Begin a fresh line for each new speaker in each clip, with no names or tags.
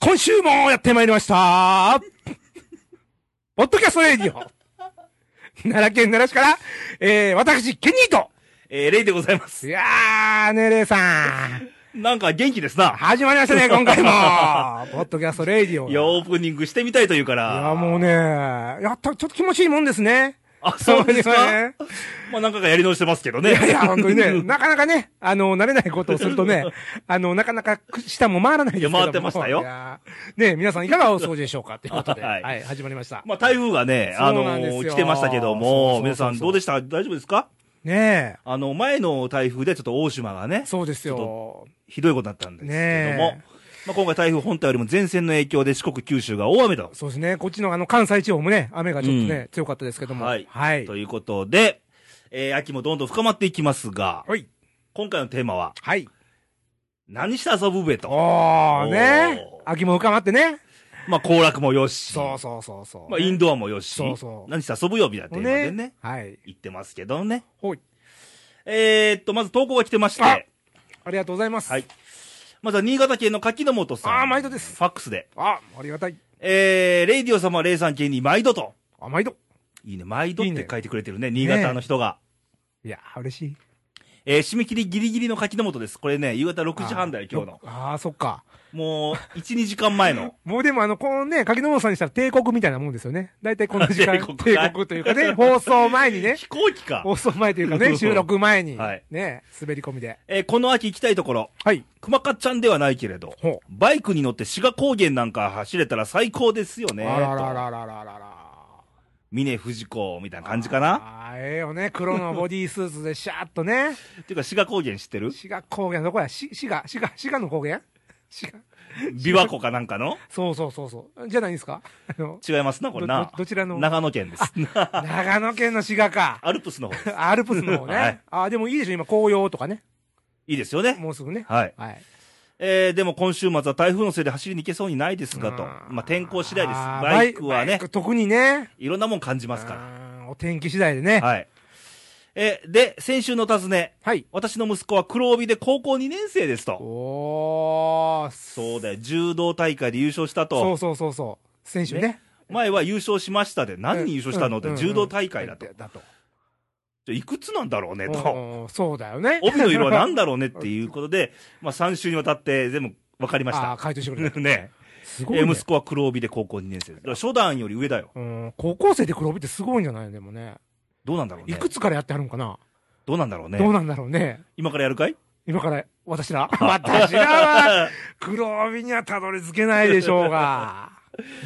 今週もやってまいりました ポッドキャストレディオ奈良県奈良市から、えー、私、ケニーと
えー、レイでござ います。
いやー、ねれさん
なんか元気ですな。
始まりましたね、今回 もポッドキャストレディオ
いや、オープニングしてみたいというか
い
ら。
やもうね、やった、ちょっと気持ちいいもんですね。
あ、そうです
そう
か
ね。
まあ、なんかがやり直してますけどね。
いやいや、本当にね、なかなかね、あの、慣れないことをすると ね、あの、なかなか下も回らないですけども
いや回ってましたよ
いやーね皆さんいかがお過ごしでしょうかということで、は、
はいい
始まりました。
まあ、台風がね、あ
そうな
の
んですよ
来てましたけ
そうそうそうそ
ど
う
も、皆さんどうでした大丈夫ですか
ね
あの、前の台風でちょっと大島がね
え、、そうです
ち
よ。
ひどいことになったんですけど
ね
も、まあ、今回台風本体よりも前線の影響で四国、九州が大雨と。
そうですね、こっちのあの、関西地方もね、雨がちょっとね、強かったですけども。
はい。
はい。
ということで、えー、秋もどんどん深まっていきますが、
はい。
今回のテーマは、
はい。
何して遊ぶべと。
おー、ね
おー
秋も深まってね。
まあ、行楽もよし。
そうそうそうそう。
まあ、インドアもよし。
そうそう
何して遊ぶよ、みたいなテーマでね。
はい。
言ってますけどね。
ほい。
えー、っと、まず投稿が来てまし
あ
て。
ありがとうございます。
はい。まずは新潟県の柿の本さん。
あー毎度です
ファックスで。
あ、ありがたい。
えー、レイディオ様、レイさん県に毎度と。
あ、毎度。
いいね、毎度
いい
っ
ね
て書いてくれてるね、新潟の人が。
いやー、嬉しい。
えー、締め切りギリギリの柿の本です。これね、夕方6時半だよ、今日の。
あー、そっか。
もう、1、2時間前 の。
もうでもあの、このね、柿の本さんにしたら帝国みたいなもんですよね。大体この時 間、
帝国
帝国というか ね、放送前にね、
飛行機か。
放送前というか ね、収録前に、
はい
ね、滑り込みで。
えー、この秋行きたいところ。
はい。
熊かっちゃんではないけれど
ほう、
バイクに乗って志賀高原なんか走れたら最高ですよね。
あらら
と
ららららら
峰不二子みたいな感じかな。
あーええよね、黒のボディースーツでシャーっと ね、
っていうか、志賀高原知ってる
滋賀高原どこやし滋賀、滋賀、滋賀の高原滋賀。
琵琶湖かなんかの
そうそうそうそう。じゃないですかあ の、
違いますな、これ
ど。
な
どどちらの
長野県です。
長野県の滋賀か。
アルプスの方です。
アルプスの方ね。
はい
あーでもいいでしょ、今紅葉とかね。
いいですよね。
もうすぐね。
はい。
はい。
えー、でも今週末は台風のせいで走りに行けそうにないですがと。
うん
まあ、天候次第です。
あー
バイクは
バイ
ね
ク、特にね。
いろんなもん感じますか
あーお天気次第でね。
ら。はい。えー、で、先週の尋ね。
はい。
私の息子は黒帯で高校2年生ですと。
おー、
そうだよ。柔道大会で優勝したと。
そうそうそうそう。選手ね。
前は優勝しましたで、何人優勝したのって、
うんうん
柔道大会だと。
うんだと。
じゃあいくつなんだろうね、
う
と。
んうんそうだよね。
帯の色は何だろうねっていうことで、まあ3週にわたって全部分かりま し
ああ
た
ー、。回答してくれた。
ね。
す
え
ごい、ね
息子は黒帯で高校2年生です。だから初段より上だよ。
うん。高校生で黒帯ってすごいんじゃないでもね。
どうなんだろう
い
ね。
くつからやってはるんかな、
どうなんだろうね。
どうなんだろうね。
今からやるかい
今から、私 ら私らは、黒帯にはたどり着けないでしょう が。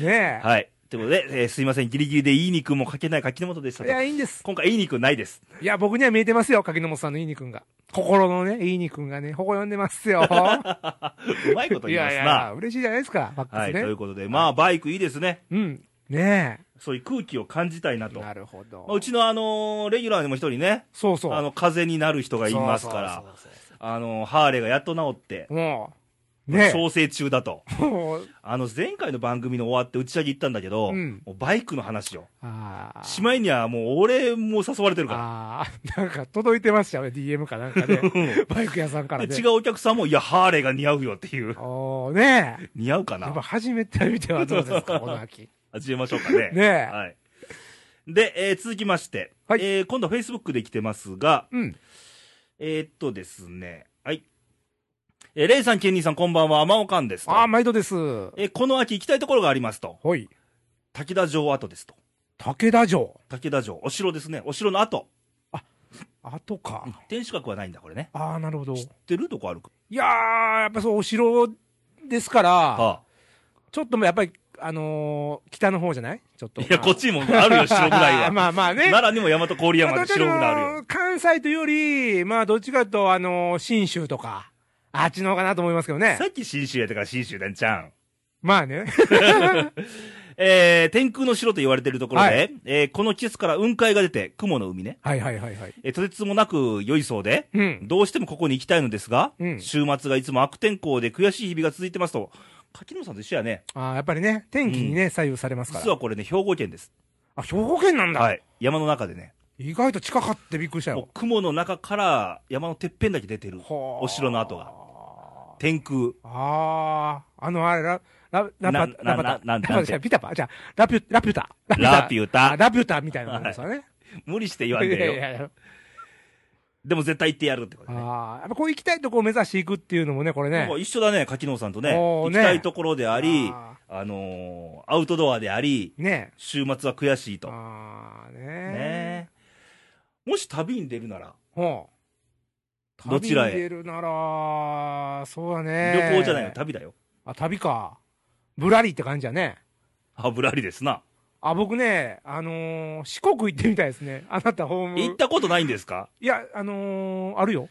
ねえ。
はい。ということで、えーすいません、ギリギリでいい肉もかけない柿本でした
い
と
や、。いいんです。
今回いい肉ないです。
いや、僕には見えてますよ、柿本さんのいいにくんが。心のね、いいにくんがね、誇呼んでます よ。
うまいこと
い
言いま
や
す
い
な。
や、嬉しいじゃないですか、ファッ
は
クス
い。と
ね。
いうことで、まあ、バイクいいですね。
うん。ね
そういう空気を感じたいな
え。
と。
なるほ
まあ、う
ど。
ちのあのーレギュラーにも一人ね、
そうそう。
あの、風邪になる人がいますから、
そうそうそ
あのーハーレーがやっと治って
う、もう、ね
調整中だと。
え。もう、
あの、前回の番組の終わって打ち上げ行ったんだけど、
うん
もうバイクの話を。
ああ。
しまいにはもう俺も誘われてるか。
ああ、なんか届いてましたよね、DM かなんかで。バイク屋さんかららね。
で、違
う。
うお客さんも、いや、ハーレーが似合うよっていう。
おーねえ。
似合うか
やっ
な
ぱ初めて見てはどうですか、この 秋。
始めましょうかね。
ねえ
はい。で、えー続きまして、
はい
えー今度は Facebook で来てますが、
うん。
えーっとですね、はい。えーレイさん、ケンニーさん、こんばんは、まおかんですと。
ああ、毎度です。
えーこの秋行きたいところがありますと。
ほい。
武田城跡ですと。
武田城。
武田城、お城ですね。お城の跡。
あとか。
天守閣はないんだ、これね。
ああ、なるほど。
知ってるとこあるか。
いやー、やっぱそう、お城ですから、
は
ちょっともうやっぱり、あのー北の方じゃないちょっと。
あ、いや、こっちにもあるよ、城ぐらい は。
まあまあね。
奈良にも大和郡山
ま
で
あど
城
ち
ぐ
ら
ら
か
いあるよ。
関西というより、まあ、どっちかというと、あのー信州とか、あっちの方かなと思いますけどね
さ。っき信州やったから信州だんちゃん。
まあね。
えー、天空の城と言われているところで、
はい
えーこの季節から雲海が出て、雲の海ね。
はいはいはいはい。
えーとてつもなく良いそうで、
うん。
どうしてもここに行きたいのですが、
うん
週末がいつも悪天候で悔しい日々が続いてますと、柿野さんと一緒やね。
ああ、やっぱりね、天気にね、左右されますから。
実はこれね、兵庫県です。
あ、兵庫県なんだ。
はい。山の中でね、
意外と近かってびっくりした
もう
よ。
雲の中から山のてっぺんだけ出てる。
はあ
お城の跡が。天空。
ああ、あの、あれ、ラ、ラ、ラパ、
な
ラパ
な
タ。
なな
ラ
んて
パタじゃないピタパじゃあラピュ、ラピュタ。
ラピュ
あ
タ。
ラピュタみたいなもんですよね。
無理して
い
言わんでよ。
やいや。
でも絶対行ってやるってことね。
ああ、やっぱこう行きたいとこを目指していくっていうのもね、これ
なん
ね
か。一緒だね、柿野さんとね。
お
行
ー
き
ね
たいところであり、
あ
あのーアウトドアであり、
ね
週末は悔しい
え。
と。
ああ、ねえ。
ねもし旅に出るなら、
ほう。
どちらへ
旅に出るなら、そうだね。
旅行じゃないよ、旅だよ。
あ、旅か。ぶらりって感じだね。
あ、ぶらりですな。
あ、僕ね、あのー四国行ってみたいですね。 あなたホーム。
行ったことないんですか
いや、あのーあるよ。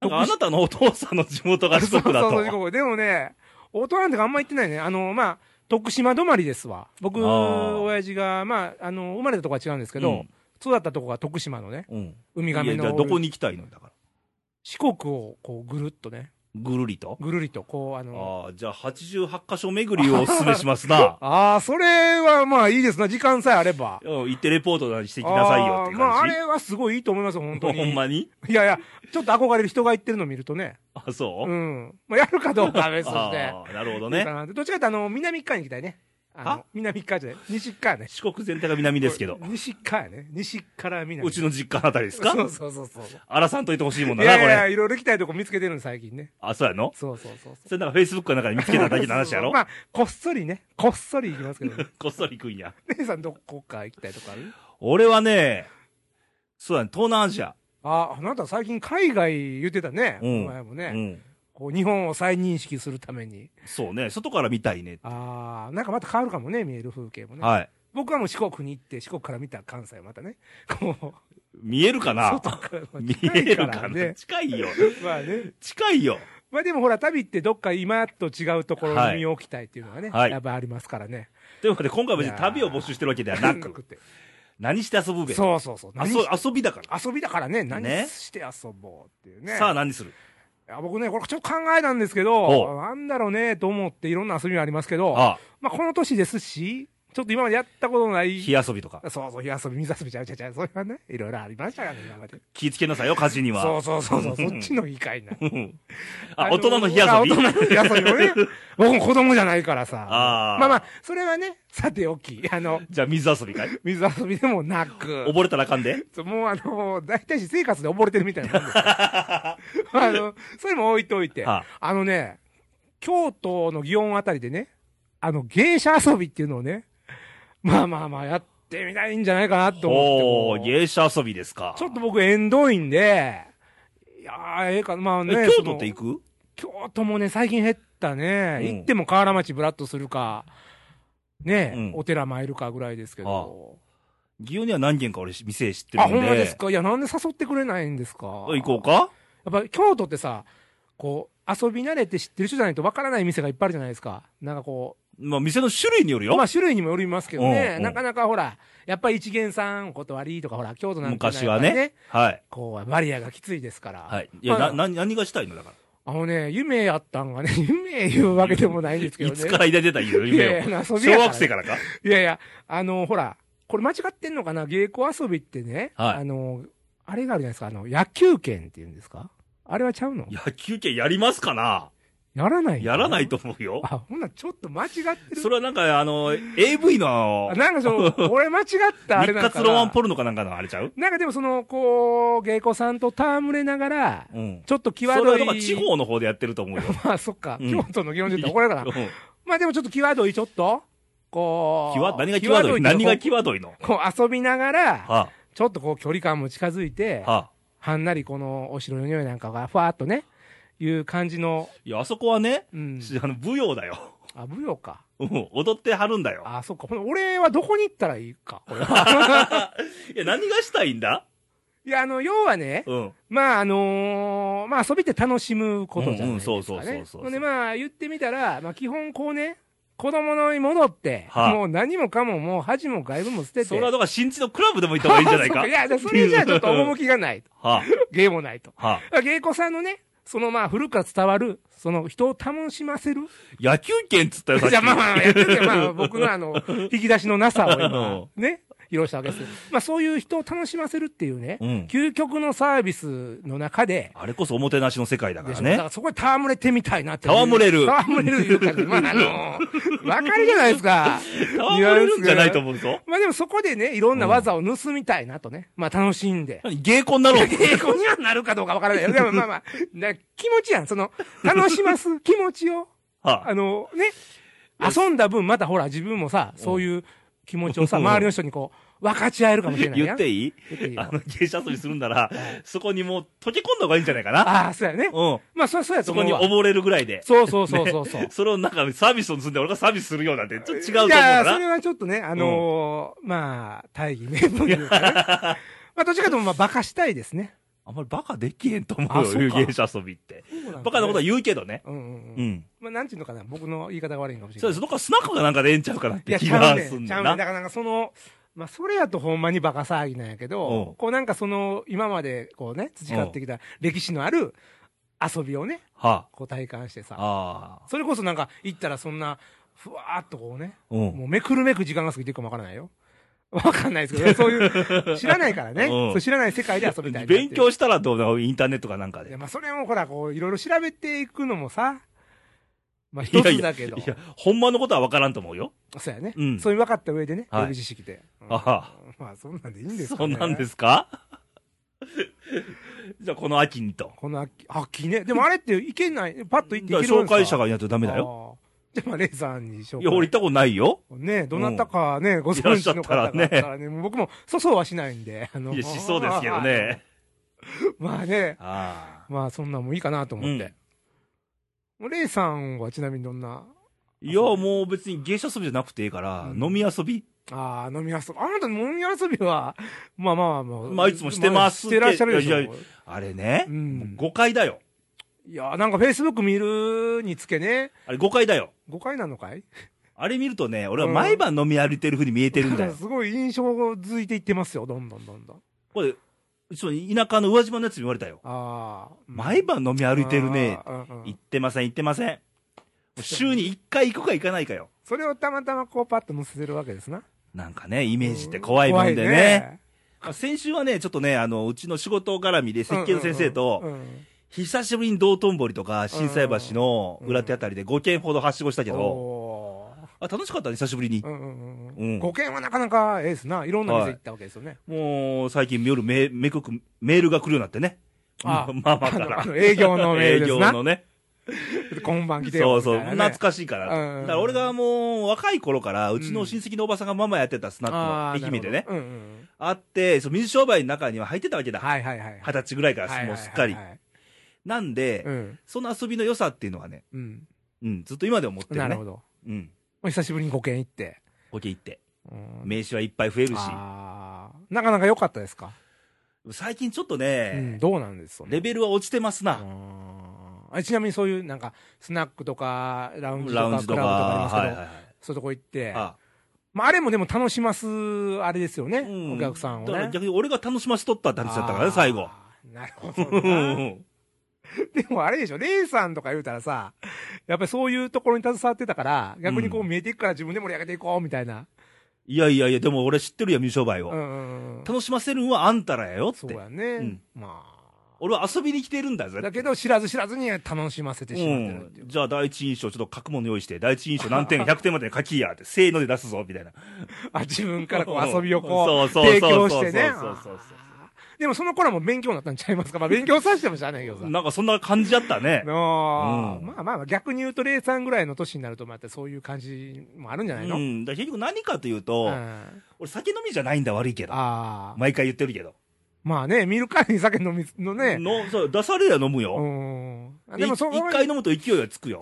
なんかあなたのお父さんの地元が四国だ
そうそうそう
と。
四国でもね、大人なんてあんま行ってないね。あのーまあ、徳島止まりですわ。僕、
あー
親父が、まあ、あのー生まれたとこは違うんですけど、
うん
育ったとこが徳島のね、
うん。
ウ
い
ミ
や
ガメ
じゃあ
の
どこに行きたいのだから。
四国をこうぐるっとね、
ぐるりと。
ぐるりとこう、あのー。
ああ、じゃあ88箇所巡りをお勧めしますな
ああ、それはまあいいですな、時間さえあれば。
うん行ってレポートなりしてきなさいよっていう
あーまあ、あ
感じ。
れはすごいいいと思いますよ、本当に。
ほんまに
いやいや、ちょっと憧れる人が言ってるの見るとね。
あ、そうう、
ん。まあ、やるかどうかは別と
あ
して。
あ、なるほ
ど
ど
うか
ね。
なってどっちかっていうと、あの、南側に行きたいね。あの
は、
南側じゃない。西側ね。
四国全体が南ですけど。
西側やね。西から南。
うちの実家あたりですか
そうそうそうそう。
荒さんといてほしいもん
い
だ
や
な、
い
こ
や、
れ。
いろいろ行きたいとこ見つけてるの、最近ね。
あ、そうやの
そうそうそうそう。
それなんか Facebook かなんかで見つけただけの話やろ
まあ、こっそりね。こっそり行きますけどね。
こっそり行くんや。
姉さんどこか行きたいとこある
俺はね、そうだね、東南アジア。
あ、あなた最近海外言ってたね。
うん
お前も
う
ね。
ん。
こう、日本を再認識するために。
そうね、外から見たいね。
ああ、なんかまた変わるかもね、見える風景もね。
はい。
僕はもう四国に行って、四国から見た関西をまたね、こう、
見えるかな
外からまあ
見
近
え
い
る
ら
かな
ね。
近いよ。
まあね。
近いよ。
まあでもほら、旅ってどっか今と違うところに身を置きたいっていうのがね、
はい
やっぱありますからね。
ということで、今回は別に旅を募集してるわけで はなく、
て。
何して遊ぶべ。
そうそうそう。
遊
何し
遊びだから。
遊びだからね、何
ね
して遊ぼうっていうね。
さあ何する
いや僕ね、これちょっと考えたんですけ
お
ど、
う
なんだろうね、と思っていろんな遊びがありますけど、
ああ、
まあこの年ですし、ちょっと今までやったことない、
火遊びとか。
そうそう、火遊び、水遊びちゃうちゃうちゃう、それはね、いろいろありましたからね、今まで。
気ぃつけなさいよ、火事には。
そうそうそうそう、そっちの議会な。
あ、大人の火遊
あ
び
大人の火遊びもね。僕も子供じゃないからさ。
あー
まあまあ、それはね、さておき、あの、
じゃあ水遊びかい
水遊びでもな く、
溺れたらあかんで。
もうあの、大体私生活で溺れてるみたいなもん ですよあの、それも置いといて、
は
あのね、京都の祇園あたりでね、あの、芸者遊びっていうのをね、まあまあまあやってみたいんじゃないかなと思
お
って
ー、
もう。
芸者遊びですか。
ちょっと僕縁動員で、いやー、ええか、まあね。
え京都って
く
行く
京都もね、最近減ったね。
うん
行っても河原町ブラッとするか、ね、
うん
お寺参るかぐらいですけど。
祇園には何軒か俺店知って
あ
るんで。
ほんまですかいや、なんで誘ってくれないんですか行
行こうか
やっぱ京都ってさ、こう、遊び慣れて知ってる人じゃないとわからない店がいっぱいあるじゃないですか。なんかこ
まあ店の種類による
う、
よ。
まあ種類にもよりますけど
うん
ね
う、ん
なかなかほら、やっぱり一元さんお断りとかほら、京都なんて
昔はね
やっぱり
はい。
こう、バリアがきついですから。
はい。いや、な、
まあ
な、何がしたいのだか
あのね、夢やったんがね、 夢言うわけでもないんですけ
ら。
ど
い
ね。
つから抱いてた夢を。
いやいや遊びやから
小学生からか
いやいや、あのほら、これ間違ってんのかな芸妓遊びってね、
はい
あのあれがあるじゃないですか、あの、野球拳っていうんですかあれはちゃうの
野球券やりますかな
やらない。
やらないいと思うよ。
あ、ほんならちょっと間違ってる。
それはなんか、あの、AV の
あ、なんかそ の、俺間違ったあれ
日
なのか
活ロマ
な
ンポルノかなんかのあれちゃう
なんかでもその、こう、芸妓さんと戯れながら、
うん。
ちょっと際
それ
ど。
はいとか地方の方でやってると思うよ。
まあそっか、
うん
京都の祇園で言ったら怒られるかな。
うん
まあでもちょっと際どいちょっと、こう。
際、何が際どい何が際どいの
こう遊びながら、
は
ちょっとこう距離感も近づいて、
あ、はあ。
はんなりこのお城の匂いなんかがふわっとね、いう感じの、
いや、あそこはね、
うん。
し あの、舞踊だよ。
あ、舞踊か。
うん踊ってはるんだよ。
あ、そっか。ほな俺はどこに行ったらいいか、これは。
いや、何がしたいんだ
いや、あの、要はね、
うん。
まあ、あのーまあ、遊びって楽しむことじゃないですか、ね
うんうんそうそうそうそう
ほんで、まあ、言ってみたら、まあ、基本こうね、子供のに戻って、
はい
もう何もかももう恥も外部も捨てて。
それは
ど
だから新地のクラブでも行った方がいいんじゃないか。
いや、じゃあそれじゃあちょっと
は
趣がない。
あ、
芸もないと。
はあ。
芸妓さんのね、そのまあ、古くから伝わる、その人を楽しませる
野球券っつったよ、さっき。
じゃあまあまあ、やってて、まあ僕のあの、引き出しのなさを今、ね、披露したわけですよ。まあそういう人を楽しませるっていうね、
うん
究極のサービスの中で、
あれこそおもてなしの世界だか
でし
ら
ょだか
ね。
らそこで戯れてみたいなって。
戯れる
戯れるいうか、まああの、わかるじゃないですか。
倒れるんじゃないと
う。
思うぞ。
まあでもそこでね、いろんな技を盗みたいなとね、まあ楽しんで。
何芸妓に なろう。
英 語にはなるかどうかわからないよ。でもまあまあ、な気持ちやん。その、楽し ます気持ちを。
はあ、
あの、ね、遊んだ分、またほら、自分もさ、そういう気持ちをさ、
うん
周りの人にこう、分かち合えるかもしれないやん
言っていい
言っていいよ
あの、芸者遊びするんなら、そこにもう溶け込んだ方がいいんじゃないかな。
ああ、そうやね。
うん。
まあ、そりゃそうやと
そ
思う
こに
わ。
溺れるぐらいで。
そうそうそうそうそう。
それをなんかサービスを盗んで俺がサービスするようなんて、ちょっと違うと思う
いや
か
いやそ
ら。
れはちょっとね、あのーまあ、大義名分というか ね。まあ、どっちかというと、まあ、馬鹿したいですね。
あんまりバカできへんと思
あ
う
そう
よ、
か
芸者遊びって。バカなことは
言
言うけどね。
う。うんうん
う
うん。
ん。
まあ、なんちゅうのかな、僕の言い方が悪いのかもしれない。
そうです。どっかスナックがなんかでええんちゃうかなっ
い
て
や、
気
ちゃ
が
うね
すん
ん。ちゃ
だ
うねん。だか
な。
らなんかその、まあ、それやとほんまにバカ騒ぎなんやけ
う
ど
ん、
こうなんかその、今までこうね、培ってきた歴史のある遊びをね、
は
こう体感してさ、
あ。ああ。
それこそなんか行ったらそんな、ふわーっとこうね、
うん。
もうめくるめく時間が過ぎていくかもわからないよ。わかんないですけど、そういう、知らないからね、
うん
そう知らない世界で遊びたいなっていう
勉強したらどうだろうインターネットかなんか
い
で。
や、まあ、それもほら、こう、いろいろ調べていくのもさ、まあ、
い
一
やい
つ
や
だけど
い、や、ほんまのことは分からんと思うよ。
そうやね
う。ん
そういう分かった上でね、予
はい
備知識で。うん
あは
まあ、そんなんでいいんです
そ
か
う
ね。
なんですか じゃあ、この秋にと。
この秋、秋ね。でもあれっていけない、パッと行っていけるん
紹
ですか
介者がいないとダメだよ。
よ。じゃあ、まあ、レイさんに紹介。
いや、俺行ったことないよ。
ねどなたかね、ご存知の方があったらね、もう僕も粗相はしないんで、あの
いや、しそうですけど。ね。
まあね、
ああ。
まあそんなんもいいかなと思って。もうレイさんはちなみにどんな、
いや、もう別に芸者遊びじゃなくていいから、
うん
飲み遊び
ああ、飲み遊び、あなた飲み遊びは、まあまあまあもう、
まあいつもしてます
し
って
てらっしゃるでしょ。
いやいあれね、
うん
もう誤解だよ。
いや、なんかフェイスブック見るにつけね、
あれ誤解だよ。
誤解なのかい
あれ見るとね、俺は
うん
毎晩飲み歩いてる風に見えてるんだ よ。
すごい印象づいていってますよ、どんどんどんどん。
これ、うちの田舎の宇和島のやつに言われたよ。
ああ。
毎晩飲み歩いてるね。
あー。うんうん
行ってません、行ってません。もう週に1回行くか行かないかよ。
それをたまたまこうパッと載せてるわけですな。
なんかね、イメージって怖いもんでね。
怖いね
まあ先週はね、ちょっとね、あの、うちの仕事絡みで設計の先生
うん
と、
うんうん
久しぶりに道頓堀とか、心斎橋の裏手あたりで5軒ほどはしごしたけど、
お
あ、楽しかったね、久しぶりに
ーう。んうんうん
うん
5件はなかなかええですな。いろんな店行ったわけですよね。
もう、最近夜め、めくく、メールが来るようになってね。
あ
まあまあ
あ
か
の
ら
あ。の営業のメール
営
です
業
な。
のね。
今晩来て
そ
よ
う
みたい
そう。
なね。
懐かしいからと。
うん
だから俺がもう、若い頃から、うちの親戚のおばさんがママやってたスナ
あー
ックの愛媛でね
なる。ほどうんうん
あって、そう、水商売の中には入ってたわけだ。
はいはいはい。
二十歳ぐらいか
はいはい
ら、
はい
も
は
う
い
すっかり。なんで
う、ん。
その遊びの良さっていうのはね、
うん。
うん、ずっと今でも持って
なる
るね
ほ。ど。
うん。
お久しぶりに5件行って。
ボケ行って。
うん
名刺はいっぱい増えるし。
あーなかなか良かったですか
最近ちょっと
うん、
ね、
どうなんですかね
レベルは落ちてますな。
あちなみにそういうなんかスナックとかラウンジと
ラウン
か
ジ
ク
と
ラ
か。
ブとかありますけど、
はいはいはい。
そういうとこ行ってあ,、
あ
まあ、あれもでも楽しますあれですよね、
うん
お客さんを
だから
ね
逆に俺が楽しましとったって話だったからね、最後。
あーなるほど
う
な
ん
でもあれでしょレイさんとか言うたらさやっぱりそういうところに携わってたから逆にこう見えていくから自分で盛り上げていこうみたいな、
いやいやいや、でも俺知ってるやん、水商売
うん
を。
うんうん、
楽しませるんはあんたらやよっ
そう
て。
やね、
うん
ま
俺は遊びに来てるんだぜ
あ。だけど知らず知らずに楽しませてしまってるっていう
う、ん、じゃあ第一印象ちょっと書くもの用意して第一印象何 点100点までに書きやってせーので出すぞみたいな
あ自分からこう遊びを
そ
こう
うそうそ
提
う
供してね
そうそうそうそう
あーでもその頃はもう勉強になったんちゃいますかまあ勉強させてもしゃあないけどさ。
なんかそんな感じだった ね
の
うん
まあまあまあ逆に言うと、レイさんぐらいの年になると、またそういう感じもあるんじゃないの、
う
うん
ん、だから結局何かというと、
あ
俺酒飲みじゃないんだ悪いけど
あ。
毎回言ってるけど、
まあね、見るからに酒飲みのね。
のそう出されりゃ飲むよ、
うん。あ
で
でもそ
一
こは
回飲むと勢いがつくよ、
う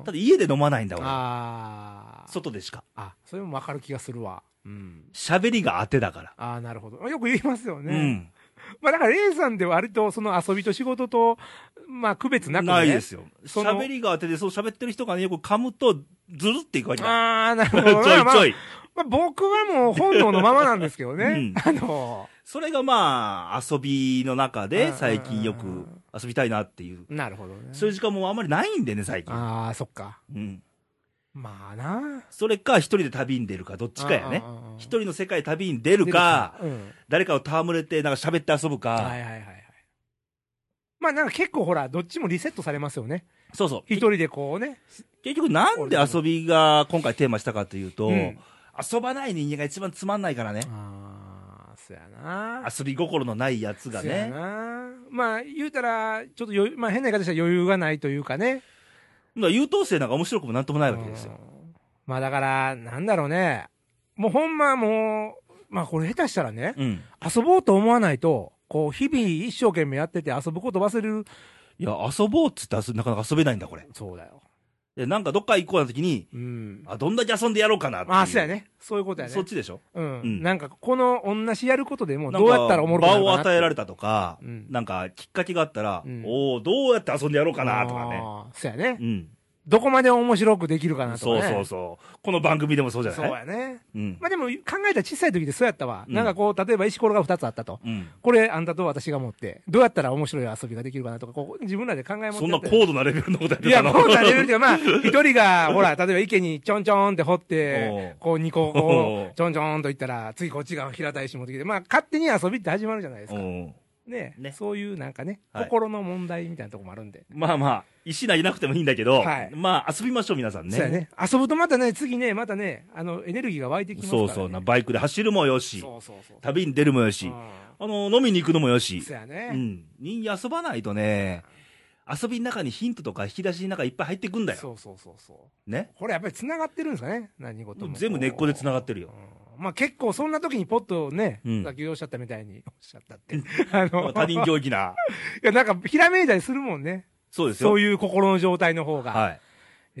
ん。
ただ家で飲まないんだ俺
ああ。
外でしか
あ、それもわかる気がするわ。うん。
喋りが当てだから、
ああ、なるほど。よく言いますよね。
うん
まあだから、レイさんで割とその遊びと仕事と、まあ区別なく、ね、
ないですよ
その
喋りが当てでそう喋ってる人がねよく噛むとズルっていくわけだ
ああ、なる ほ
ちょい
ど。まあまあ
ちょい
まあ、僕はもう本能のままなんですけどね。
うん
あの
それがまあ、遊びの中
う
で
ん
最近よく遊びたいなっていう。
なるほどね。
そういう時間もあんまりないんでね、最近。
ああ、そっか。
うん。
まあな。
それか、一人で旅に出るか、どっちかやね
ああああああ。
一人の世界旅に出るか、
うん。
誰かを戯れて、なんか喋って遊ぶ
は
か。
いはいはいはい。まあなんか結構ほら、どっちもリセットされますよね。
そうそう。
一人でこうね。
結局なんで遊びが今回テーマしたかというと、
うん
遊ばない人間が一番つまんないからね。
ああ、そやな。
遊び心のないやつが
そうや
ね。
なまあ、言うたら、ちょっと余裕、まあ変な言い方したら余裕がないというかね。
だから優等生なんか面白くもなんともないわけですよ。
うんまあだから、なんだろうね。もうほんまもう、まあこれ下手したらね、
うん。
遊ぼうと思わないと、こう日々一生懸命やってて遊ぶこと忘れる。
いや、遊ぼうっつって遊なかなか遊べないんだ、これ。
そうだよ。
で、なんかどっか行こうな時に、
うん。
あ、どんだけ遊んでやろうかなってい
まあ、そうや。ね。そういうことやね。
そっちでしょ
う
うん
ん。なんか、この、同じやることでも、
なん
ど
か
うやったらおもろくなるか
場を
な
与えられたとか、
うん
なんかきっかけがあったら、
うん
おおどうやって遊んでやろうかなとかね。
ね。そうやね
う。ん。
どこまで面白くできるかなとか
そう
ね。
そうそう。この番組でもそうじゃ
そう
ない
やね。
うん。
まあでも、考えたら小さい時でそうやったわ。
うん
なんかこう、例えば石ころが2つあったと。
うん。
これ、あんたと私が持って、どうやったら面白い遊びができるかなとか、こう、自分らで考え持って
そんな
やって
高度なレベルのことやって
いや、
たの
こうなれるっていうか、まあ、一人が、 ほら、例えば池にちょんちょんって掘っ
おう
て、こう二個
お
こ
う
う、ちょんちょんと行ったら、次こっちが平たい石持ってきて、まあ、勝手に遊びって始まるじゃないですか。
うん
ね
ね
そういうなんかね、
はい
心の問題みたいなとこもあるんで。
まあまあ、石投げなくてもいいんだけど、
はい
まあ遊びましょう、皆さんね。
そうやね。遊ぶとまたね、次ね、またね、あの、エネルギーが湧いてきますから、
そ
ね。
うそうな、バイクで走るもよし、
そうそうそう。
旅に出るもよし、
う
あの、飲みに行くのもよし
ん、そうや
う
ね。
ん。人間遊ばないとね、遊びの中にヒントとか引き出しの中いっぱい入ってくんだよ。
そうそうそうそう。
ね。
これやっぱり繋がってるんですかね、何事も。
全部根っこで繋がってるよ。
うんまあ結構そんな時にポッとね、
うん
さっきおっしゃったみたいに、おっしゃったって。あの、
他人行儀な。
いや、なんか、ひらめいたりするもんね。
そうですよ。
そういう心の状態の方が。
はい。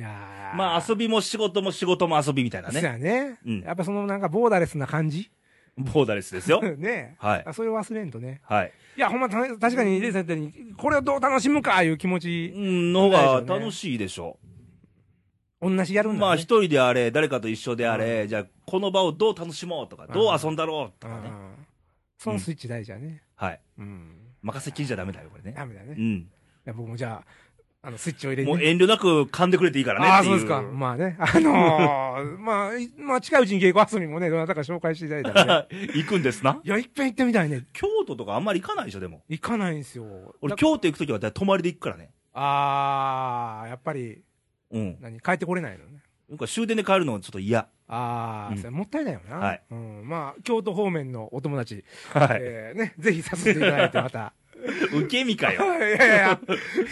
い。やー
まあ遊びも仕事も仕事も遊びみたいな
そう
ね。
やね。
うん
やっぱそのなんか、ボーダーレスな感じ
ボーダレ スですよ。
ね
はい
あそれを忘れんとね。
はい。
いや、ほんま、た確かに、レイさん言ったように、これをどう楽しむか、いう気持
う
ち、
ん、の方が楽しいでしょ。
同じやるんだ、ね。
まあ一人であれ、誰かと一緒であれ、じゃあこの場をどう楽しもうとか、
うん
どう遊んだろうと
う
かね。
んそのスイッチ大事やね。
はい。
うん。
任せっきりじゃダメだよ、これね。
ダメだね。
う
い
ん。
や僕もじゃあ、あの、スイッチを入れて、
もう遠慮なく噛んでくれていいからね。
ああ、
ってい
そうですか。まあね。あのー、まあ、いまあ、近いうちに稽古遊びもね、どなたか紹介していただいたらね。
行くんですない
や、いっぺん行ってみたいね。
京都とかあんまり行かないでしょ、でも。
行かないんですよ。
俺、京都行くときは大体泊まりで行くからね。
あー、やっぱり、
うん。
何、帰ってこれないのね。
なんか終電で帰るのちょっと嫌。
あー、
うん
それもったいないよな。
はい
うん、まあ、京都方面のお友達、
はい。
えーね、ぜひさせていただいて、ま た。
受け身か
い
よ。
やいや、い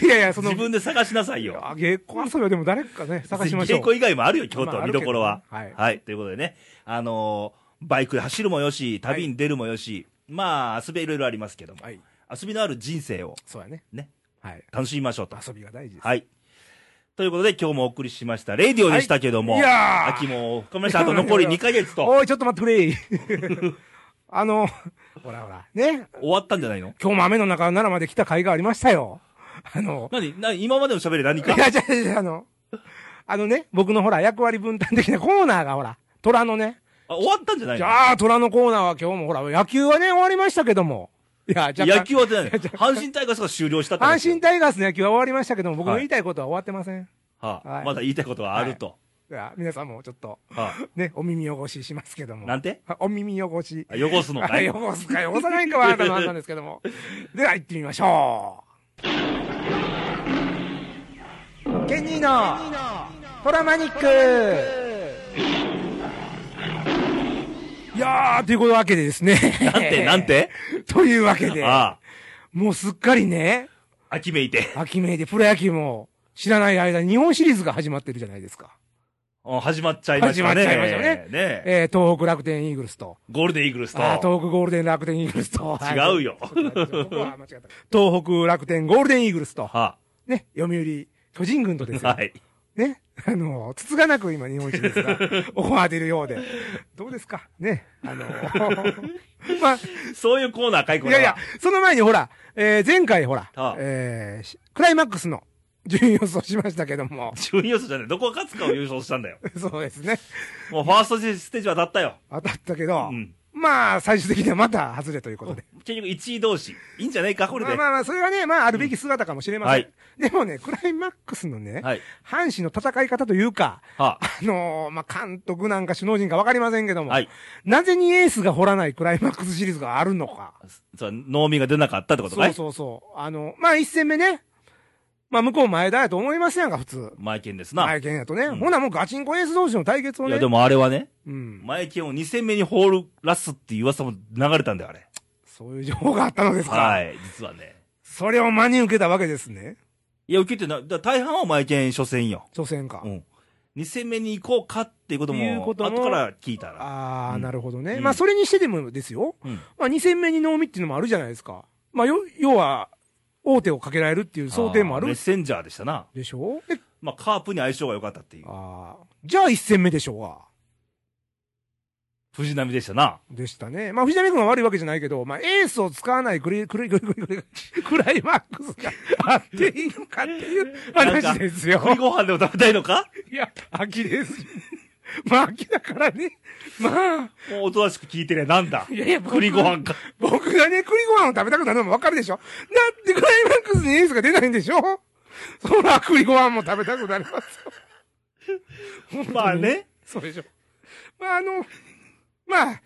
やい や、その、
自分で探しなさいよ。
あ、結婚遊びはでも誰かね、探しましょう。
稽古以外もあるよ、京都
まあ
は
あ
見
る
ど
けどね
ころは。
はい
はい。ということでね、あのーバイクで走るもよし、旅に出るもよし、まあ、遊びはいろいろありますけども、
はい。
遊びのある人生を
そうやね。
ね、
はい。
楽しみましょうと。
遊びが大事です。
はい。ということで、今日もお送りしました、レイディオでしたけども、
はいいやー
秋も深めました。あ と残り2ヶ月と、
おい、ちょっと待ってくれ。 あの、ほらほら、ね、
終わったんじゃないの
今日も雨の中、奈良まで来た甲斐がありましたよ。あ の、
何何今までの喋り何
い
か
や、違う違う違う、あの、あのね、僕のほら、役割分担的なコーナーがほら、虎のね、
あ終わったんじゃない
じ
の
ゃあ、虎のコーナーは今日もほら、野球はね、終わりましたけども。いや、じゃあ、
野球は出ないの阪神タイガースが終了したって
阪神
タ
タイガースの野球は終わりましたけども、僕
は
の
い
言いたいことは終わってません。
はあ
はい
まだ言いたいことはあると。
いや、皆さんもちょっと、
は
ね、お耳汚ししますけど
あ
も。
なんて
あお耳汚し。
あ汚すのかい
汚すか汚さないかはあなたの判断ですけど も。では行ってみましょう。ケニーのトラマニックいやー、というわけでですね。
なん て、なんて
というわけで、
ああ、
もうすっかりね、
秋めいて。
秋めいでプロ野球も知らない間に日本シリーズが始まってるじゃないですか。
うん始まっちゃいましたね。
始まっちゃいましたね
ねえ
えー、東北楽天イーグルスと、
ゴールデンイーグルスと。
あー東北ゴールデン楽天イーグルスと。
違 うよ
はいちょっと待って僕は間違った東北楽天ゴールデンイーグルスと、
は
ね、読売巨人軍とです
あ、
よ。
はい。
ね、あの、つつがなく今日本一 ですが、オファー出るようで。どうですかね、あ の、まあ、
そういうコーナーかい、こ
い
れ
や
は。
いや、その前にほら、えー前回ほら、
はあ、
えーしクライマックスの順位予想しましたけども
順位予想じゃない。どこが勝つかを優勝したんだよ。
そうですね。
もうファーストステージは当たったよ。
当たったけど、
うん。
まあ、最終的にはまた外れということで。
結局1位同士。いいんじゃないか、これ
まあ
で。
まあまあ、それがね、まあ、あるべき姿かもしれません。
うん
でもね、クライマックスのね、
はい。
阪神の戦い方というか、
は
あのーまあ、監督なんか首脳陣かわかりませんけど
あ、
も、
はい。
なぜにエースが掘らないクライマックスシリーズがあるのか。
そう、農民が出なかったってことか
そう
い
そうそう。あの、まあ、一戦目ね、まあ、向こう前田やと思いますやんか、普通。
マイケンですな。
前剣やとね。
うん
ほな、もうガチンコエース同士の対決を
い
ね。
や、でもあれはね、
うん。
マイケンを2戦目に放るらすっていう噂も流れたんだよ、あれ。
そういう情報があったのですか。
はい、実はね。
それを真に受けたわけですね。
いや、受けてない。だから大半はマイケン初戦よ。
初戦か。
うん。2戦目に行こうかっていうこと
っていう
も、
ことも
後から聞いたら。
あー、
うん
なるほどね。
うん
まあ、それにしてでもですよ。
うん。
まあ、2戦目に能見っていうのもあるじゃないですか。まあ、よ、要は、大手をかけられるっていう想定もあ
ーメッ
る
センジャーでしたな。
でしょで
まあ、カープに相性が良かったっていう。
ああ。じゃあ、1戦目でしょうが。
藤波でしたな。
でしたね。まあ、藤波君は悪いわけじゃないけど、まあ、エースを使わないクリ、クリ、クリ、クリ、クライマックスがあっていいのかっていう話ですよ。
栗ご飯でも食べたい のか
いや、秋です。まあ、秋だからね。まあ、
もうおとなしく聞いてりゃなんだ。
いやいや僕
栗ご 飯か。
僕がね、栗ご飯を食べたくなるのもわかるでしょだってクライマックスにエースが出ないんでしょそら、栗ご飯も食べたくなりますよ。
まあね。
そうでしょ。まあ、あの、まあ、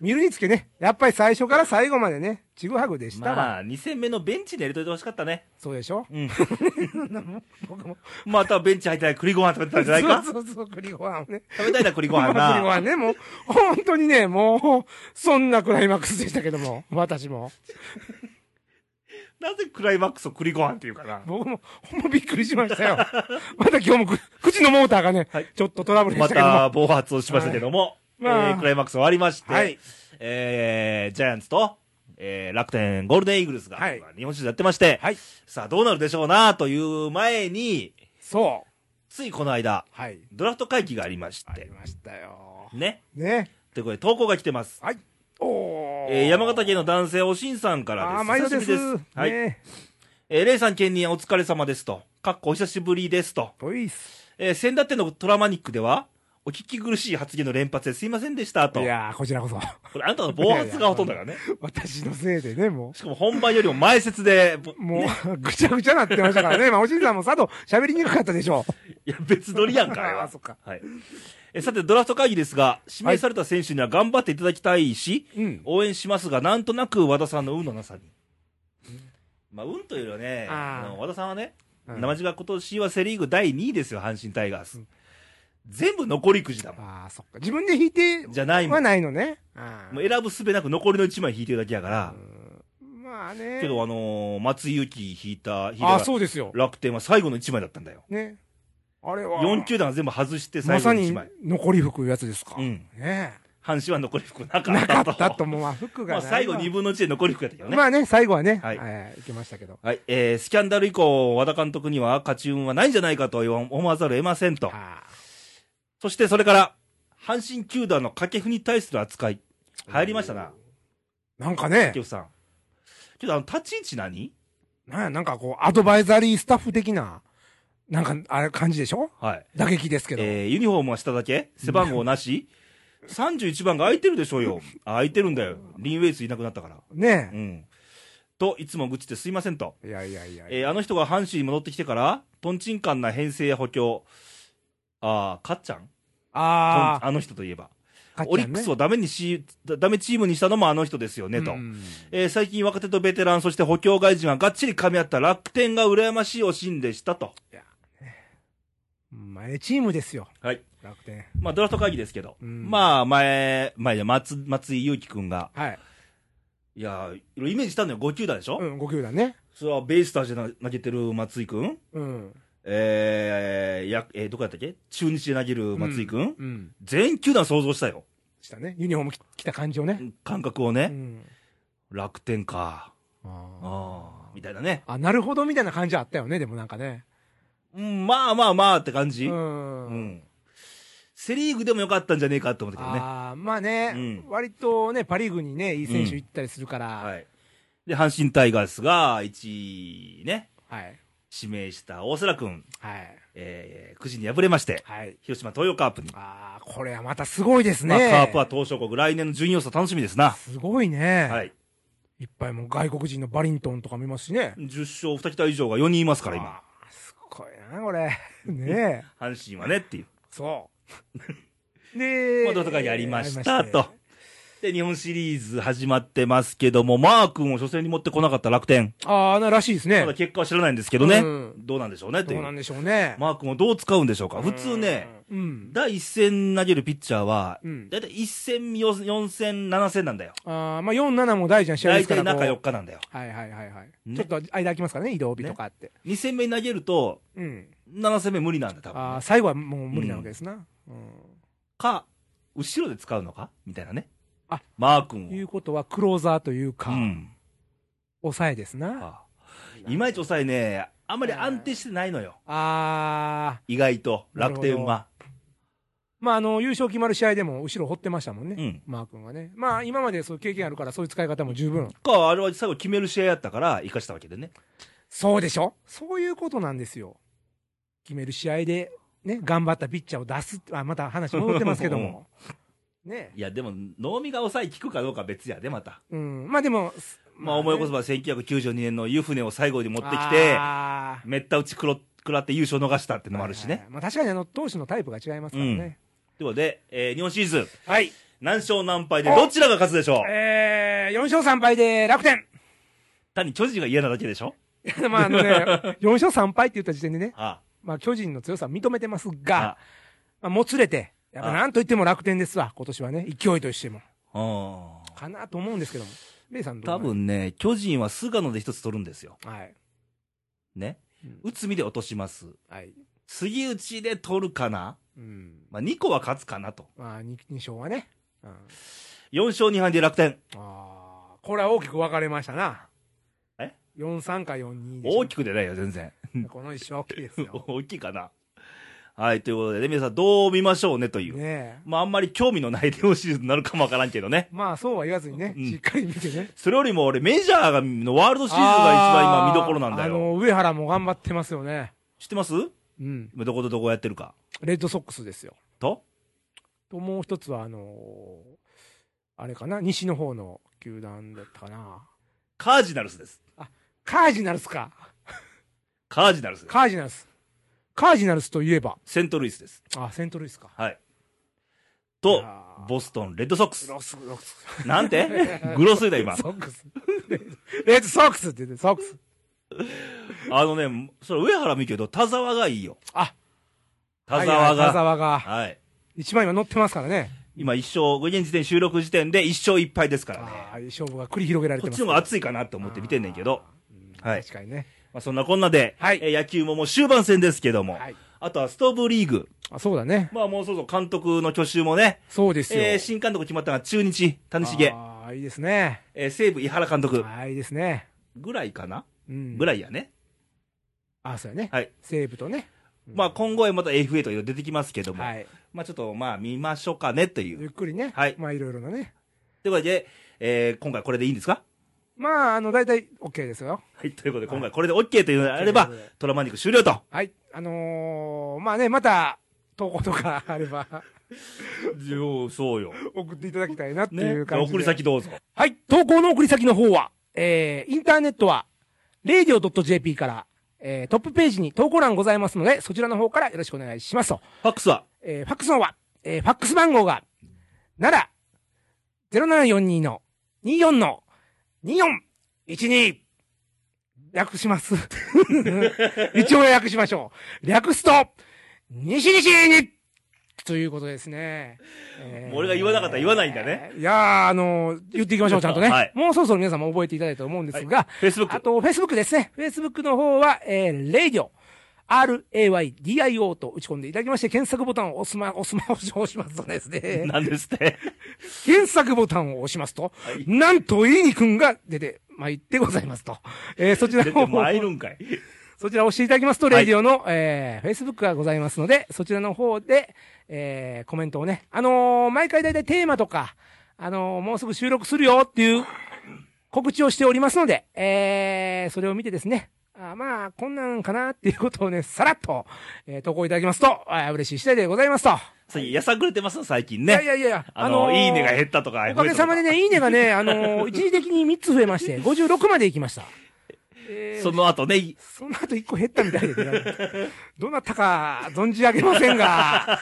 見るにつけね、やっぱり最初から最後までね、ちぐはぐでしたわ。
まあ、2戦目のベンチに入れといてほしかったね。
そうでしょ
うん。
そんなもん 僕も。
またベンチ入ってない栗ご飯食べてたんじゃないか
そうそうそう、栗ご飯をね。
食べたいな、栗ご飯
まあ 栗ご
な。
飯ね、もう、本当にね、もう、そんなクライマックスでしたけども、私も。
なぜクライマックスを栗ご飯っていうかな。
僕も、ほんまびっくりしましたよ。 また今日もく口のモーターがね、
はい
ちょっとトラブルでし
ま
たけども。
た暴発をしましたけども、
いまあ
えークライマックス終わりまして、
はい
えージャイアンツと、えー楽天ゴールデンイーグルスが、
はい
日本シリーズやってまして、
はい
さあどうなるでしょうなという前に、
そう。
ついこの間、
はい。
ドラフト会議がありまし
あり
て、
ましたよ。
ね。
ね。
ということで投稿が来てます。
はい。おー。
えー山形県の男性、おしんさんからです。
あー、毎度で
久し
す。
ぶりはい。
ね。
えー、レイさん、県人お疲れ様ですと。かっこお久しぶりですと。
ボイス。
えー、先立てのトラマニックでは、お聞き苦しい発言の連発ですいませんでした
い
と。
やー、こちらこそ。
これ、あなたの暴発がほとんどだからね。
私のせいでね、もう。
しかも本番よりも前説で、ぼ
もう、
ね
ぐちゃぐちゃなってましたから ね。まあ、おじいさんも佐藤喋りにくかったでしょう。
いや、別撮りやんか、あれ
あ
は
そっか。
はい。えさて、ドラフト会議ですが、指名された選手には頑張っていただきたいし、
うん。
応援しますが、なんとなく和田さんの運のなさに。まあ、運というよりはね、
あー
あの和田さんはね、
うん
生地が今年はセリーグ第2位ですよ、阪神タイガース。全部残りくじだもん。
ああ、そっか。自分で引いて
じゃないも
は
ん。
ないのね。ああ
もう選ぶすべなく残りの1枚引いてるだけやから、
まあね。
けどあのー松井裕樹引いた、引い
あ
た
あ、そうですよ。
楽天は最後の1枚だったんだよ。
ね。あれは。
4球団は全部外して
ま
最後
さ
の
に
1枚。
残り服いうやつですか。
う
ね
ん。
え。
阪神は残り服なかったと。
なかったと思うわ。服
ま
が
あ
ないわ。
最後2分の1で残り服やったけどね。
まあね、最後はね。は
はい
い。いけましたけど。
はい、えー、スキャンダル以降、和田監督には勝ち運はないんじゃないかと思わざるを得ませんと。
あ
そしてそれから、阪神球団の掛布に対する扱い。入りましたな、
あ。なんかね
掛、布さん。けどあの、立ち位置何
なんやなんかこう、アドバイザリースタッフ的な、なんか、あれ感じでしょ
はい。
打撃ですけど。
えー、ユニフォームは下だけ背番号なし ?31 番が空いてるでしょうよ。あ空いてるんだよ。リン・ウェイツいなくなったから。う
ね
ん。と、いつも愚痴ですいませんと。
え。いやいやいやいや。
えーあの人が阪神に戻ってきてから、とんちんかんな編成や補強、あーかっちゃん
あ
とんあの人といえば、
あ、
オリックスをダメにし、ダメチームにしたのもあの人ですよねと。
うん
えー最近若手とベテラン、そして補強外人ががっちり噛み合った楽天が羨ましいおしんでしたと。
前チームですよ、
はい。
楽天。
まあドラフト会議ですけど。
うん
まあ前、前じゃ松、松井裕樹くんが、
はい。
いやー、いろいろイメージしたのよ、5球団でしょ、
うん、5球団ね。
それはベイスターズでな投げてる松井くん
うん。
えー、や、えーどこやったっけ中日で投げる松井くん
うん。
全球団想像したよ。
したね。ユニフォーム着着た感じをね。
感覚を
う
ね。
ん。
楽天か。
あ
ああ。みたいなね。
ーあ、なるほどみたいな感じあったよね、でもなんかね。
うん、まあまあまあって感
う
じ。うん。
ん。
セリーグでもよかったんじゃねえかって思ったけどね。
ああ、まあね、
うん
割とね、パ・リーグにね、いい選手行ったりするから、
はい。で、阪神タイガースが1位ね。
はい。
指名した大空君、
はい。
えー、くじに敗れまして、
はい。
広島東洋カープに。
ああ、これはまたすごいです
まあ、
ね。
カープは東証国、来年の順位予想楽しみですな。
すごいね。
はい。
いっぱいもう外国人のバリントンとか見ますしね。
10勝2桁以上が4人いますから、今。
あー。すごいな、こ れ。ねえ。
阪神はねっていう。
そう。で、
まあ、戦いやりまし
や
た
りま
と。で、日本シリーズ始まってますけども、マー君を初戦に持ってこなかった楽天。
てああ、ならしいです
まだ
ね。
結果は知らないんですけどね。
うん
どうなんでしょうねとい
どう
う。
なんでしょうね。
マー君をどう使うんでしょうか。普通ね、
うん。
第1戦投げるピッチャーは
う、ん。
だいたい1戦、4戦、7戦なんだよ。
ああ、まあ、4、7も大事な試合で
大
すか
体
ら。
中
こう
4日なんだよ。
はいはいはいはい。
ね
ちょっと間空きますからね、移動日とかあって。
2戦目に投げると、
うん。
7戦目無理なんだ、多分
ああ、最後はもう無理なわけですな。うん。
か、後ろで使うのかみたいなね。
あ
マー君を。
いうことは、クローザーというか
う、ん。
抑えですな。
あいまいち抑えね、あんまり安定してないのよ。
ああ、
意外と、楽天は。
まあ、あの、優勝決まる試合でも後ろ掘ってましたもんね。
うん
マー君はね。まあ、今までそういう経験あるから、そういう使い方も十分。
か、あれは最後決める試合やったから、生かしたわけでね。
そうでしょそういうことなんですよ。決める試合で、ね、頑張ったピッチャーを出すって。あ、また話戻ってますけども。ね
いや、でも、能見が抑え効くかどうかは別やで、また。
うん。まあでも、
まあ、思い起こせ
せ
ば1992年の湯船を最後に持ってきて、めった打ちくろ食らって優勝逃したってのもあるし
はいはい
ね。
はいまあ確かにあの、投手のタイプが違いますからね。
ということで、えー日本シリーズ、
はい。
何勝何敗でどちらが勝つでしょう
えー、4勝3敗で楽天。
単に巨人が嫌なだけでしょ
まああ のね、4勝3敗って言った時点でね、
あ
まあ巨人の強さは認めてます
あ。
が、まあもつれて、やっぱ
あ
なんと言っても楽天ですわ、今年はね、勢いとしても。
あ。うん。
かなと思うんですけども。レイさんどう
多
思いま
分ね、巨人は菅野で一つ取るんですよ。
す。はい。
ね
うん。
内海で落とします。
はい。
杉内で取るかな
うん。
まあ、2個は勝つかなと。
まあ、2, 二勝はね。うん、あ
4勝2敗で楽天。
あー、これは大きく分かれましたな。
え
?43 か42でしょ
大きく出ないよ、全然。
この一勝大きいですよ。
大きいかな。はい、ということで、ね、皆さんどう見ましょうねという。
ねえ。
まあ、あんまり興味のない両シリーズになるかもわからんけどね。
まあ、そうは言わずにね、
うん
しっかり見てね。
それよりも俺、メジャーのワールドシリーズが一番今見どころなんだ
あ
よ。
の、上原も頑張ってますよね。
知ってます
うん。
今どことどこやってるか。
レッドソックスですよ。
と
と、もう一つは、あのーあれかな、西の方の球団だったかな。
カージナルスです。
カージナルスか。
カージナルスです。
カージナルス。カージナルスといえば、
セントルイスです。
あ、セントルイスか。
はい。
い
と
や、ー
ボストン、レッドソックス。
ロス、ロス。
なん てグロスいだ、今。
ソックス。レッドソックスって言って、ソックス。
あのね、それ上原見るけど、田沢がいいよ。
あ、
田
はいは
沢
い田
が。
沢が。
はい。
一番今乗ってますからね。
今一勝、現時点、収録時点で一勝一敗ですからね。
ああ、いい勝負が繰り広げられ
こ
て
っ
ま
ち
す。
の方が熱いかなと思って見てんねんけど。
あー。
はい
確かにね。
まあそんなこんなで、
はい
えー野球ももう終盤戦ですけども。
はい。
あとはストーブリーグ。
あ、そうだね。
まあもうそろそろ監督の去就もね。
そうですよ。
えー新監督決まったのは中日、谷繁、
ああ、いいですね。
えー西武、井原監督
ああ、いいですね。
ぐらいかな
うん。
ぐらいやね。
ああ、そうやね。
はい。
西武とね。うん
まあ今後はまた FA といろいろ出てきますけども。
はい。
まあちょっとまあ見ましょうかねという。
ゆっくりね。
はい
まあ、いろいろなね。
ということで、えー今回これでいいんですか
まあ、あの、大体 OK ですよ。
はい。ということで今回これで OK というのであれば
ということで、
トラマニック終了と。
はい。あのー、まあね、また、投稿とかあれ ば
ようそうよ。
送っていただきたいなってい
ね
う。感じで。
送り先どうぞ。
はい。投稿の送り先の方は、えー、インターネットは、radio.jp から、えー、トップページに投稿欄ございますので、そちらの方からよろしくお願いしますと。
ファックスは
えー、ファックスの方は、えー、ファックス番号が、なら、0742の24の2412。略します。 一応略しましょう。略すと、西西にということですね。え
もう俺が言わなかったら言わないんだね。
いやー、あのー言っていきましょう、ちゃんとね。
はい
もうそろそろ皆さんも覚えていただいたと思うんですが、
Facebook
あと、Facebook ですね。Facebook の方は、えー、radio。RAYDIO と打ち込んでいただきまして、検索ボタンを押すま、押すま、押しますとですね。
なんです って。
検索ボタンを押しますと、
い
なんと、いにくんが出てまいってございますと。えー、そちら
出
の方
てまいるんかい。
そちらを押していただきますと、
はい
レディオの、えー、Facebook がございますので、そちらの方で、えー、コメントをね、あのー毎回だいたいテーマとか、あのーもうすぐ収録するよっていう告知をしておりますので、えー、それを見てですね、あまあ、こんなんかなっていうことをね、さらっと、えー投稿いただきますと、あー嬉しい次第でございますと。
そうやさぐれてます最近
いやい
ね。
やいやいや、
あの、いいねが
減
減ったとか、
おかげさまでね、いいねがね、あ のー一時的に3つ増えまして、56までいきました。えー
その後ね、
その後1個減ったみたいですね。どなたか存じ上げませんが、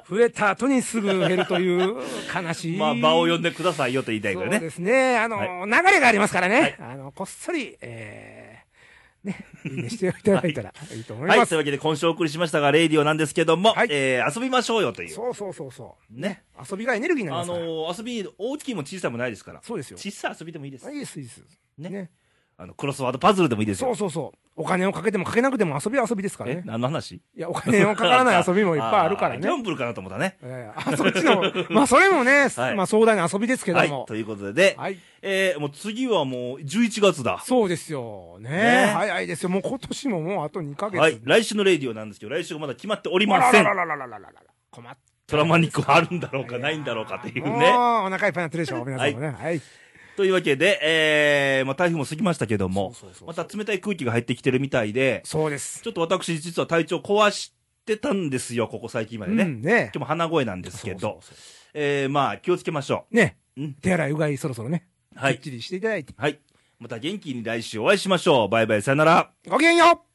増えた後にすぐ減るという悲しい。
まあ、場を呼んでくださいよと言いたいか
そ
ら
う
ね
で。すね。あの、流れがありますからね。あの、こっそり、えー、ね、いいねしていただいたらいいと思い
はい、
ます。
というわけで今週お送りしましたが、レイディオなんですけども、
はい
えー遊びましょうよという。
そうそうそうそ
ね。
う。遊びがエネルギーになりま
あ
すから。
のー遊び、大きいも小さいもないですから。
そうですよ。
小さい遊びでもいいです
あ。いいです、いいです。
ね
ね。
あの、クロスワードパズルでもいいです
そ
よ。
うそうそう。お金をかけてもかけなくても遊びは遊びですから
え
ね、。
何の話
いや、お金をかからない遊びもいっぱいあるから
ギャ
ね。
ンブルかなと思ったね。
えーあ、そっちの、まあ、それもね、
はい
まあ、壮大な遊びですけど
はい
も。、
ということで、
はい。
えーもう次はもう11月だ。
そうですよ。ね
ね
早いですよ。もう今年ももうあと2ヶ月。
はい、来週のレイディオなんですけど、来週がまだ決まっており
あ
ま
ら
せ
ら
ん。
ららららららら困っ
トラマニックはあるんだろうか、ないんだろうかという
もう
ね。
お腹いっぱいになってるでしょ、皆さんもね。はい。
というわけで、えー、まあ台風も過ぎましたけども
そうそうそう、そう
また冷たい空気が入ってきてるみたいで、
そうです。
ちょっと私実は体調壊してたんですよ、ここ最近までね。
う
今
ん、ね
日も鼻声なんですけど、
そうそうそ
えー、まあ気をつけましょ
うね
うん
手洗い、うがい、そろそろね。
う。は
き
い
っ。ちりしていただいて。
はい。また元気に来週お会いしましょう。バイバイ、さよなら。
ごきげんよう